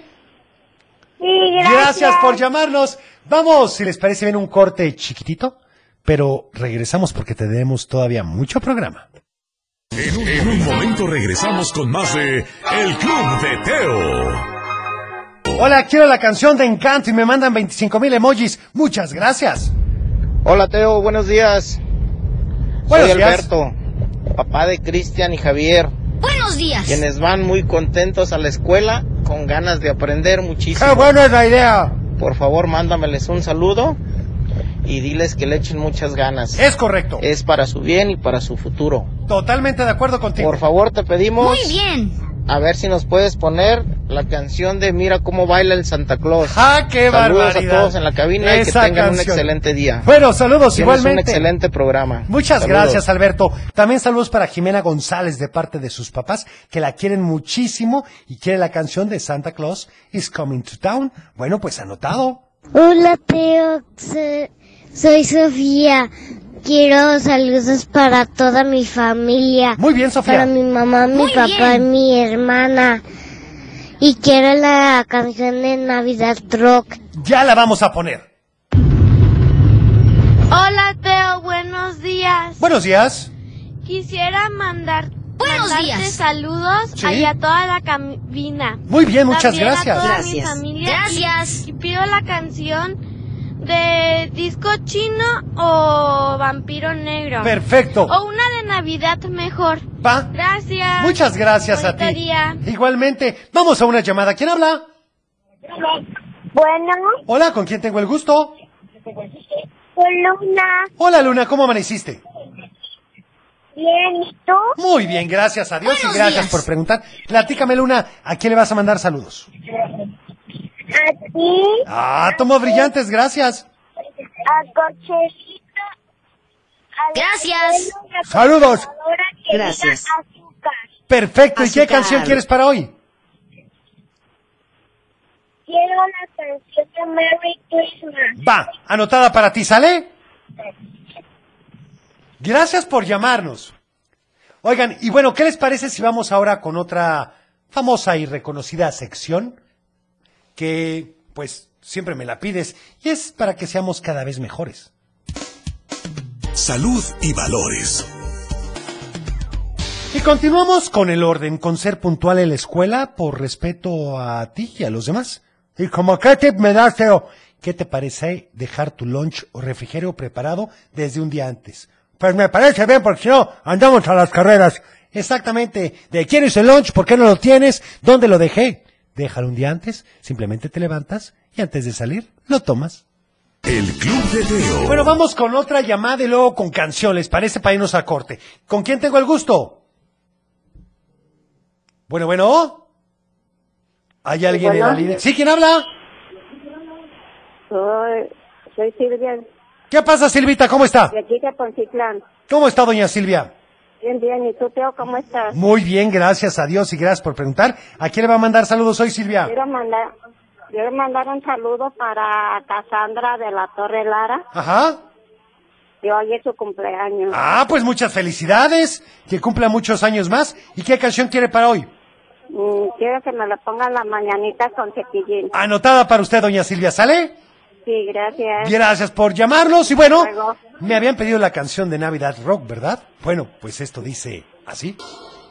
[SPEAKER 6] Sí,
[SPEAKER 2] Gracias por llamarnos. Vamos, si les parece bien, un corte chiquitito, pero regresamos porque tenemos todavía mucho programa.
[SPEAKER 1] En un, en un momento regresamos con más de El Club de Teo.
[SPEAKER 2] Hola, quiero la canción de Encanto y me mandan 25 mil emojis. Muchas gracias.
[SPEAKER 13] Hola Teo, buenos días.
[SPEAKER 2] Buenos
[SPEAKER 13] Soy
[SPEAKER 2] días.
[SPEAKER 13] Alberto, papá de Cristian y Javier,
[SPEAKER 4] Buenos días.
[SPEAKER 2] eh.
[SPEAKER 13] quienes van muy contentos a la escuela con ganas de aprender muchísimo.
[SPEAKER 10] ¡Qué buena es la idea!
[SPEAKER 13] Por favor, mándameles un saludo y diles que le echen muchas ganas.
[SPEAKER 10] Eh.
[SPEAKER 2] Es correcto.
[SPEAKER 13] Es para su bien y para su futuro.
[SPEAKER 2] Totalmente de acuerdo contigo.
[SPEAKER 13] Por favor, te pedimos
[SPEAKER 4] Muy bien.
[SPEAKER 13] a ver si nos puedes poner la canción de Mira cómo baila el Santa Claus.
[SPEAKER 2] ¡Ah, qué
[SPEAKER 13] Saludos
[SPEAKER 2] barbaridad!
[SPEAKER 13] a todos en la cabina y que
[SPEAKER 2] Esa
[SPEAKER 13] tengan un
[SPEAKER 2] canción.
[SPEAKER 13] excelente día.
[SPEAKER 2] Bueno,
[SPEAKER 13] Tienes
[SPEAKER 2] saludos pues igualmente.
[SPEAKER 13] un excelente programa.
[SPEAKER 2] Muchas
[SPEAKER 13] Saludos.
[SPEAKER 2] gracias, Alberto. También saludos para Jimena González de parte de sus papás, que la quieren muchísimo y quiere la canción de Santa Claus is Coming to Town. Bueno, pues anotado.
[SPEAKER 6] Hola, Teo. Se- Soy Sofía. Quiero saludos para toda mi familia.
[SPEAKER 2] Muy bien, Sofía.
[SPEAKER 6] Para mi mamá, mi
[SPEAKER 4] Muy
[SPEAKER 6] papá
[SPEAKER 4] bien.
[SPEAKER 6] y mi hermana. Y quiero la canción de Navidad Rock.
[SPEAKER 2] Ya la vamos a poner.
[SPEAKER 12] Hola Teo, buenos días.
[SPEAKER 2] Buenos días.
[SPEAKER 12] Quisiera mandar
[SPEAKER 4] Buenos
[SPEAKER 12] mandarte
[SPEAKER 4] días.
[SPEAKER 12] saludos
[SPEAKER 2] Sí.
[SPEAKER 12] ahí a toda la cabina.
[SPEAKER 2] Muy bien, muchas
[SPEAKER 12] También
[SPEAKER 2] gracias.
[SPEAKER 12] A toda mi
[SPEAKER 4] Gracias.
[SPEAKER 12] familia.
[SPEAKER 4] Gracias.
[SPEAKER 12] Y, y pido la canción de disco chino o vampiro negro.
[SPEAKER 2] Perfecto.
[SPEAKER 12] O una de Navidad mejor.
[SPEAKER 2] Va.
[SPEAKER 12] Oh, Gracias.
[SPEAKER 2] Muchas gracias a
[SPEAKER 12] Bonito
[SPEAKER 2] ti.
[SPEAKER 12] día.
[SPEAKER 2] Igualmente, vamos a una llamada. ¿Quién habla?
[SPEAKER 6] Bueno,
[SPEAKER 2] Hola, ¿con quién tengo el gusto?
[SPEAKER 6] columna.
[SPEAKER 2] Hola, Luna, ¿cómo amaneciste?
[SPEAKER 6] Bien, ¿y tú?
[SPEAKER 2] Muy bien, gracias a Dios y gracias por preguntar. Platícame, Luna, ¿a quién le vas a mandar saludos?
[SPEAKER 6] A ti,
[SPEAKER 2] Ah, tomó brillantes, gracias.
[SPEAKER 6] a Cochecito.
[SPEAKER 4] Gracias.
[SPEAKER 10] Saludos.
[SPEAKER 4] Gracias.
[SPEAKER 2] Perfecto, ¿y qué
[SPEAKER 4] Azúcar.
[SPEAKER 2] canción quieres para hoy?
[SPEAKER 6] Quiero la canción de Merry Christmas.
[SPEAKER 2] Va, anotada para ti, ¿sale? Gracias por llamarnos. Oigan, y bueno, ¿qué les parece si vamos ahora con otra famosa y reconocida sección? Que, pues, siempre me la pides, y es para que seamos cada vez mejores.
[SPEAKER 1] Salud y valores.
[SPEAKER 2] Y continuamos con el orden, con ser puntual en la escuela por respeto a ti y a los demás.
[SPEAKER 10] ¿Y como qué tip me das, Teo?
[SPEAKER 2] ¿Qué te parece dejar tu lunch o refrigerio preparado desde un día antes?
[SPEAKER 10] Pues me parece bien, porque si no, andamos a las carreras.
[SPEAKER 2] Exactamente. ¿De quién es el lunch? ¿Por qué no lo tienes? ¿Dónde lo dejé? Déjalo un día antes, simplemente te levantas y antes de salir lo tomas.
[SPEAKER 1] El Club de Teo.
[SPEAKER 2] Bueno, vamos con otra llamada y luego con canción, ¿les parece? Para irnos a corte. ¿Con quién tengo el gusto? Bueno, bueno. ¿Hay alguien en la
[SPEAKER 14] Bueno.
[SPEAKER 2] línea? ¿Sí? ¿Quién habla?
[SPEAKER 14] Soy, soy Silvia,
[SPEAKER 2] ¿Qué pasa, Silvita? ¿Cómo está?
[SPEAKER 14] de aquí de Poncitlán.
[SPEAKER 2] ¿Cómo está, doña Silvia?
[SPEAKER 14] Bien, bien. ¿Y tú, Teo, cómo estás?
[SPEAKER 2] Muy bien, gracias a Dios y gracias por preguntar. ¿A quién le va a mandar saludos hoy, Silvia?
[SPEAKER 14] Quiero mandar, quiero mandar un saludo para Casandra de la Torre Lara,
[SPEAKER 2] Ajá.
[SPEAKER 14] que hoy es su cumpleaños.
[SPEAKER 2] Ah, pues muchas felicidades, que cumpla muchos años más. ¿Y qué canción quiere para hoy?
[SPEAKER 14] Mm, quiero que me lo pongan las mañanitas con cepillín.
[SPEAKER 2] Ah, Anotada para usted, doña Silvia, ¿sale?
[SPEAKER 14] Sí, gracias.
[SPEAKER 2] Gracias por llamarnos y bueno,
[SPEAKER 14] Luego.
[SPEAKER 2] me habían pedido la canción de Navidad Rock, ¿verdad? Bueno, pues esto dice así.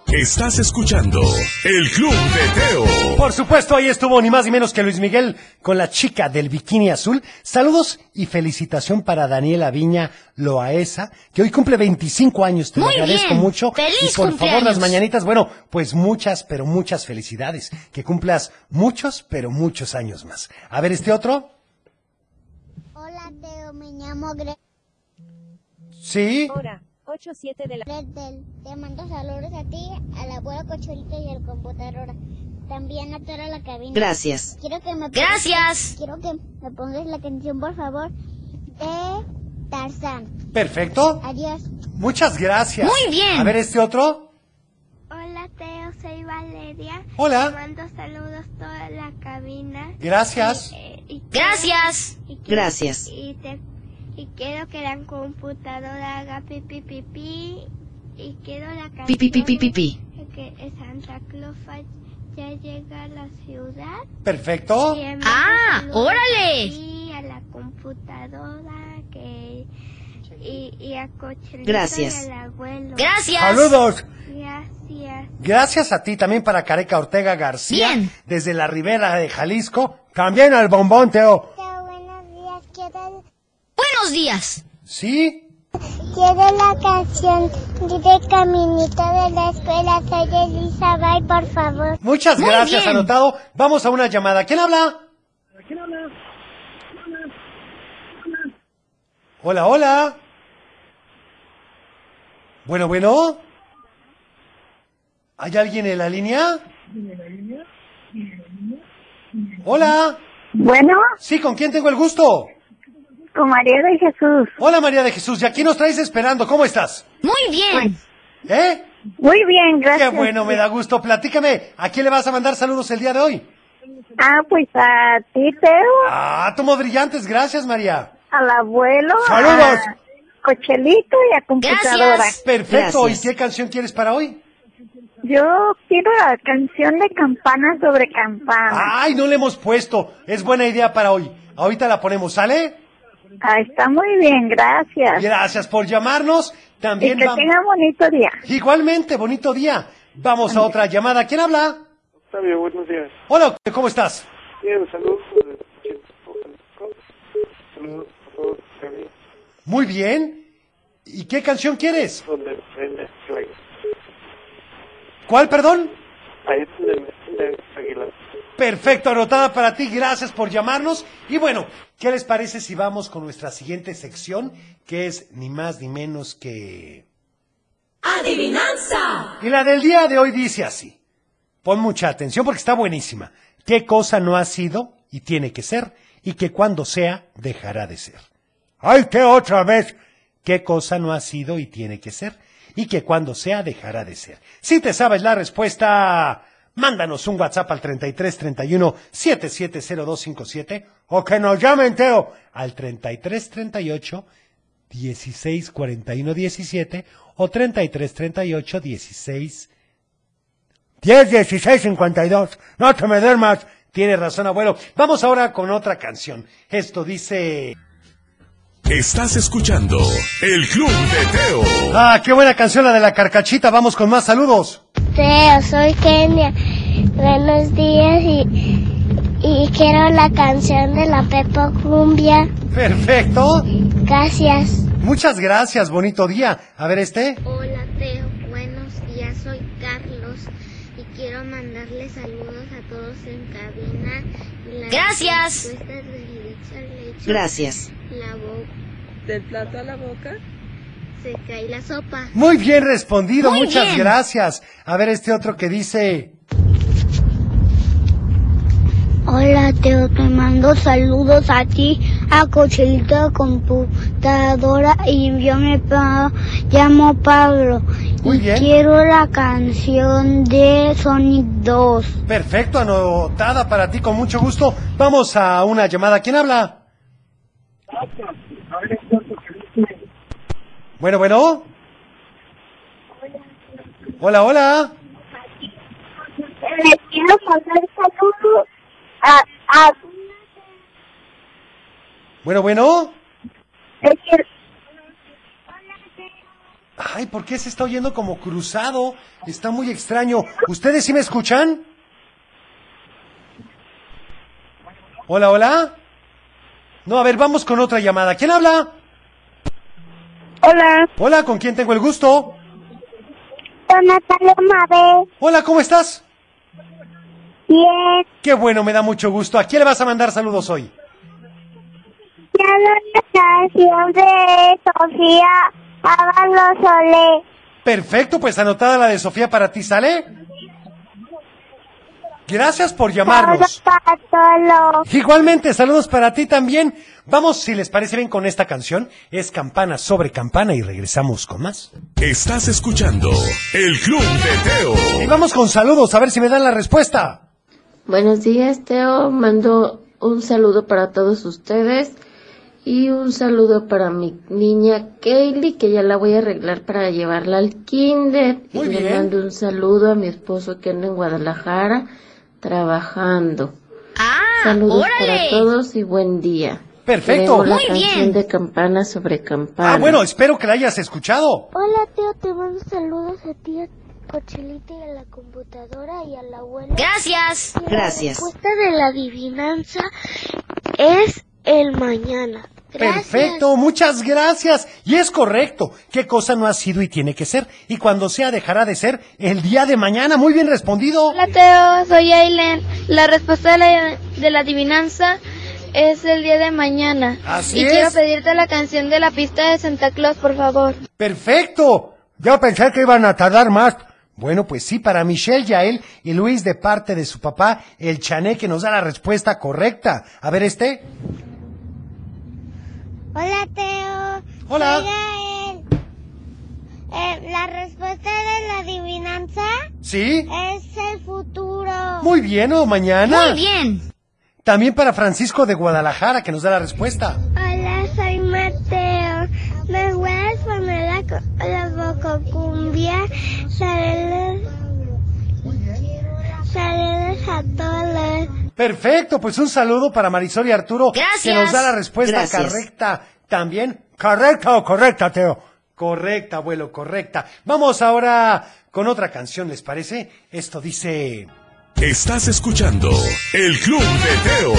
[SPEAKER 1] Estás escuchando El Club de Teo.
[SPEAKER 2] Por supuesto, ahí estuvo ni más ni menos que Luis Miguel con la chica del bikini azul. Saludos y felicitación para Daniela Viña Loaesa, que hoy cumple 25 años. Te lo
[SPEAKER 4] Muy
[SPEAKER 2] agradezco
[SPEAKER 4] bien.
[SPEAKER 2] mucho.
[SPEAKER 4] ¡Feliz
[SPEAKER 2] y por favor,
[SPEAKER 4] cumpleaños!
[SPEAKER 2] las mañanitas, bueno, pues muchas, pero muchas felicidades. Que cumplas muchos, pero muchos años más. A ver, este otro.
[SPEAKER 6] Hola, Teo. Me llamo Gre-
[SPEAKER 2] Sí.
[SPEAKER 15] Hora, 8-7 de la...
[SPEAKER 6] Gretel. Te mando saludos a ti, al abuelo Cocholito y al computadora. También a toda la cabina.
[SPEAKER 15] Gracias.
[SPEAKER 6] Quiero que me pongas-
[SPEAKER 4] Gracias.
[SPEAKER 6] Quiero que me pongas la canción, por favor, de Tarzán.
[SPEAKER 2] Perfecto.
[SPEAKER 6] Adiós.
[SPEAKER 2] Muchas gracias.
[SPEAKER 4] Muy bien.
[SPEAKER 2] A ver, este otro.
[SPEAKER 6] Hola, Teo. Soy Valeria.
[SPEAKER 4] Ah.
[SPEAKER 2] Hola. Te
[SPEAKER 6] mando saludos toda la cabina. Eh,
[SPEAKER 2] Gracias.
[SPEAKER 4] Gracias.
[SPEAKER 15] Gracias.
[SPEAKER 6] Y, te, y quiero que la computadora haga pipi pipi. Y quiero la canción
[SPEAKER 15] Pi, pi, pi, pi, pi, pi.
[SPEAKER 6] de que Santa Claus fa- ya llega a la ciudad.
[SPEAKER 15] Oh,
[SPEAKER 2] Perfecto.
[SPEAKER 6] Y envío
[SPEAKER 4] Ah,
[SPEAKER 6] saludos
[SPEAKER 4] órale.
[SPEAKER 6] a ti, a la computadora que, y, y a Cochelito
[SPEAKER 15] Gracias.
[SPEAKER 6] y al abuelo.
[SPEAKER 4] Gracias.
[SPEAKER 2] Saludos.
[SPEAKER 6] Gracias.
[SPEAKER 2] Gracias a ti también para Careca Ortega García.
[SPEAKER 4] Bien.
[SPEAKER 2] Desde la Ribera de Jalisco. También al bombón, Teo.
[SPEAKER 6] Buenos días. Quiero,
[SPEAKER 4] Buenos días.
[SPEAKER 2] ¿Sí?
[SPEAKER 6] la canción de Caminito de la Escuela. Soy Elisa. Bye, por favor.
[SPEAKER 2] Muchas
[SPEAKER 4] Muy
[SPEAKER 2] gracias,
[SPEAKER 4] bien.
[SPEAKER 2] anotado. Vamos a una llamada. ¿Quién habla? Hola, hola. Bueno, bueno. ¿Hay alguien en la línea? Hola.
[SPEAKER 16] Bueno.
[SPEAKER 2] Sí, ¿con quién tengo el gusto?
[SPEAKER 16] Con María de Jesús.
[SPEAKER 2] Hola María de Jesús, ¿y aquí nos traes esperando? ¿Cómo estás?
[SPEAKER 4] Muy bien.
[SPEAKER 2] ¿Eh?
[SPEAKER 16] Muy bien, gracias.
[SPEAKER 2] Qué bueno, me da gusto. Platícame, ¿a quién le vas a mandar saludos el día de hoy?
[SPEAKER 16] Ah, pues a ti, Teo,
[SPEAKER 2] Ah, tomo brillantes, gracias María.
[SPEAKER 16] al abuelo.
[SPEAKER 2] Saludos.
[SPEAKER 16] A Cochelito y a computadora.
[SPEAKER 2] Perfecto, ¿y qué canción quieres para hoy?
[SPEAKER 16] Yo quiero la canción de campana sobre campana.
[SPEAKER 2] Ay, no le hemos puesto, es buena idea para hoy. Ahorita la ponemos, ¿sale?
[SPEAKER 16] Ah, está muy bien, gracias.
[SPEAKER 2] Gracias por llamarnos.
[SPEAKER 16] Y
[SPEAKER 2] También
[SPEAKER 16] que
[SPEAKER 2] vam-
[SPEAKER 16] tengan bonito día.
[SPEAKER 2] Igualmente, bonito día. Vamos a otra llamada. ¿Quién habla?
[SPEAKER 17] Octavio, buenos días.
[SPEAKER 2] Hola, ¿cómo estás?
[SPEAKER 17] Bien, saludos. eh, Saludos a todos. también,
[SPEAKER 2] Muy bien. ¿Y qué canción quieres?
[SPEAKER 17] Donde prende el águila.
[SPEAKER 2] ¿Cuál, perdón?
[SPEAKER 17] Ahí es donde me prende el águila.
[SPEAKER 2] Perfecto, anotada para ti. Gracias por llamarnos. Y bueno, ¿qué les parece si vamos con nuestra siguiente sección? Que es ni más ni menos que...
[SPEAKER 18] ¡Adivinanza!
[SPEAKER 2] Y la del día de hoy dice así. Pon mucha atención porque está buenísima. ¿Qué cosa no ha sido y tiene que ser y que cuando sea dejará de ser? ¡Ay, qué otra vez! ¿Qué cosa no ha sido y tiene que ser y que cuando sea dejará de ser? Si te sabes la respuesta, mándanos un WhatsApp al 33 31 770257 o que nos llamen, Teo, al 33 38 16 41 17 o 33 38 16 10 16 52. No te me duermas. Tienes razón, abuelo. Vamos ahora con otra canción. Esto dice.
[SPEAKER 1] Estás escuchando El Club de Teo.
[SPEAKER 2] Ah, qué buena canción la de la carcachita. Vamos con más saludos.
[SPEAKER 6] Teo, soy Kenia. Buenos días y, y quiero la canción de la Pepo Cumbia.
[SPEAKER 2] Perfecto.
[SPEAKER 6] Gracias.
[SPEAKER 2] Muchas gracias. Bonito día. A ver este.
[SPEAKER 19] Hola Teo, buenos días, soy Carlos y quiero mandarle saludos a todos en cabina. La
[SPEAKER 4] Gracias.
[SPEAKER 19] respuesta es de derecho al derecho.
[SPEAKER 4] Gracias.
[SPEAKER 19] La boca. Del plato a la boca. Se cae la sopa.
[SPEAKER 2] Muy bien respondido.
[SPEAKER 19] Muy
[SPEAKER 2] Muchas
[SPEAKER 19] bien.
[SPEAKER 2] gracias. A ver este otro que dice.
[SPEAKER 20] Hola, Teo, te mando saludos a ti, a Cochelito de Computadora y yo me pa- llamo Pablo.
[SPEAKER 2] Muy
[SPEAKER 20] y
[SPEAKER 2] bien.
[SPEAKER 20] quiero la canción de Sonic 2.
[SPEAKER 2] Perfecto. Anotada para ti con mucho gusto. Vamos a una llamada. ¿Quién habla? Bueno, bueno. Hola, hola.
[SPEAKER 6] Le quiero mandar saludos a, a
[SPEAKER 2] Bueno, bueno.
[SPEAKER 6] le quiero-
[SPEAKER 2] Ay, ¿por qué se está oyendo como cruzado? Está muy extraño. ¿Ustedes sí me escuchan? Hola, hola. No, a ver, vamos con otra llamada. ¿Quién habla?
[SPEAKER 6] Hola.
[SPEAKER 2] Hola, ¿con quién tengo el gusto?
[SPEAKER 6] Dona Paloma B.
[SPEAKER 2] Hola, ¿cómo estás?
[SPEAKER 6] Bien.
[SPEAKER 2] Qué bueno, me da mucho gusto. ¿A quién le vas a mandar saludos hoy?
[SPEAKER 6] Quiero la canción de Sofía Ábalos Solé.
[SPEAKER 2] Perfecto, pues anotada la de Sofía para ti, ¿sale? Gracias por llamarnos. Igualmente, saludos para ti también. Vamos, si les parece bien con esta canción, es Campana sobre Campana y regresamos con más.
[SPEAKER 1] Estás escuchando El Club de
[SPEAKER 2] Y
[SPEAKER 1] Teo.
[SPEAKER 2] vamos con saludos, a ver si me dan la respuesta.
[SPEAKER 5] Buenos días, Teo. Mando un saludo para todos ustedes y un saludo para mi niña Kaylee, que ya la voy a arreglar para llevarla al kinder.
[SPEAKER 2] Muy
[SPEAKER 5] y le
[SPEAKER 2] bien.
[SPEAKER 5] mando un saludo a mi esposo que anda en Guadalajara trabajando. Saludos
[SPEAKER 4] Ah, órale.
[SPEAKER 5] para todos y buen día.
[SPEAKER 2] Perfecto.
[SPEAKER 5] Queremos la
[SPEAKER 2] Muy bien.
[SPEAKER 5] canción de campana sobre campana.
[SPEAKER 2] Ah, bueno, espero que la hayas escuchado.
[SPEAKER 6] Hola Teo, te mando saludos a ti, a Cochelita y a la computadora y al abuelo.
[SPEAKER 4] Gracias.
[SPEAKER 6] Y
[SPEAKER 4] Gracias.
[SPEAKER 6] La respuesta de la adivinanza es el mañana.
[SPEAKER 2] Perfecto, muchas gracias. Y es correcto. ¿Qué cosa no ha sido y tiene que ser? Y cuando sea, dejará de ser el día de mañana. Muy bien respondido.
[SPEAKER 17] Hola Teo, soy Ailen. La respuesta de la, de la adivinanza es el día de mañana.
[SPEAKER 2] Así
[SPEAKER 17] y
[SPEAKER 2] es.
[SPEAKER 17] quiero pedirte la canción de la pista de Santa Claus, por favor.
[SPEAKER 2] Perfecto.
[SPEAKER 10] Yo pensé que iban a tardar más,
[SPEAKER 2] Bueno, pues sí, para Michelle, Yael y Luis de parte de su papá, el Chané que nos da la respuesta correcta. A ver este.
[SPEAKER 6] Hola, Teo.
[SPEAKER 2] Hola.
[SPEAKER 6] Soy Gael. Eh, la respuesta de la adivinanza
[SPEAKER 2] ¿Sí?
[SPEAKER 6] es el futuro.
[SPEAKER 2] Muy bien, ¿o mañana?
[SPEAKER 6] Muy bien.
[SPEAKER 2] También para Francisco de Guadalajara que nos da la respuesta.
[SPEAKER 6] Hola, soy Mateo. Me voy a poner la, co- la bococumbia, saludos, saludos a todos.
[SPEAKER 2] Perfecto, pues un saludo para Marisol y Arturo que
[SPEAKER 6] Gracias.
[SPEAKER 2] nos da la respuesta
[SPEAKER 6] Gracias.
[SPEAKER 2] correcta también. ¿Correcta o correcta, Teo? Correcta, abuelo, correcta. Vamos ahora con otra canción, ¿les parece? Esto dice...
[SPEAKER 1] Estás escuchando El Club de Teo.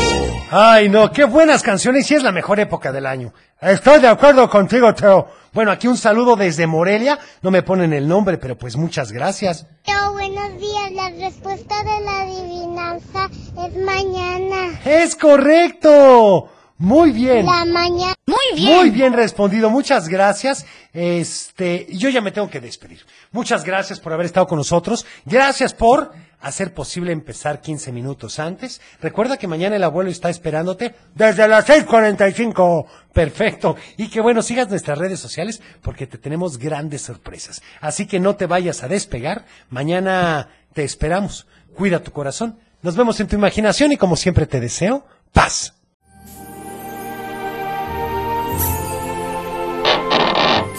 [SPEAKER 2] Ay, no, qué buenas canciones y es la mejor época del año. Estoy de acuerdo contigo, Teo. Bueno, aquí un saludo desde Morelia. No me ponen el nombre, pero pues muchas gracias.
[SPEAKER 6] Teo, buenos días. La respuesta de la adivinanza es mañana.
[SPEAKER 2] Es correcto. Muy bien.
[SPEAKER 6] La mañana.
[SPEAKER 2] Muy bien respondido, muchas gracias. Este, yo ya me tengo que despedir. Muchas gracias por haber estado con nosotros. Gracias por hacer posible empezar 15 minutos antes. Recuerda que mañana el abuelo está esperándote desde las 6:45. Perfecto. Y que bueno, sigas nuestras redes sociales porque te tenemos grandes sorpresas. Así que no te vayas a despegar. Mañana te esperamos. Cuida tu corazón. Nos vemos en tu imaginación y como siempre te deseo paz.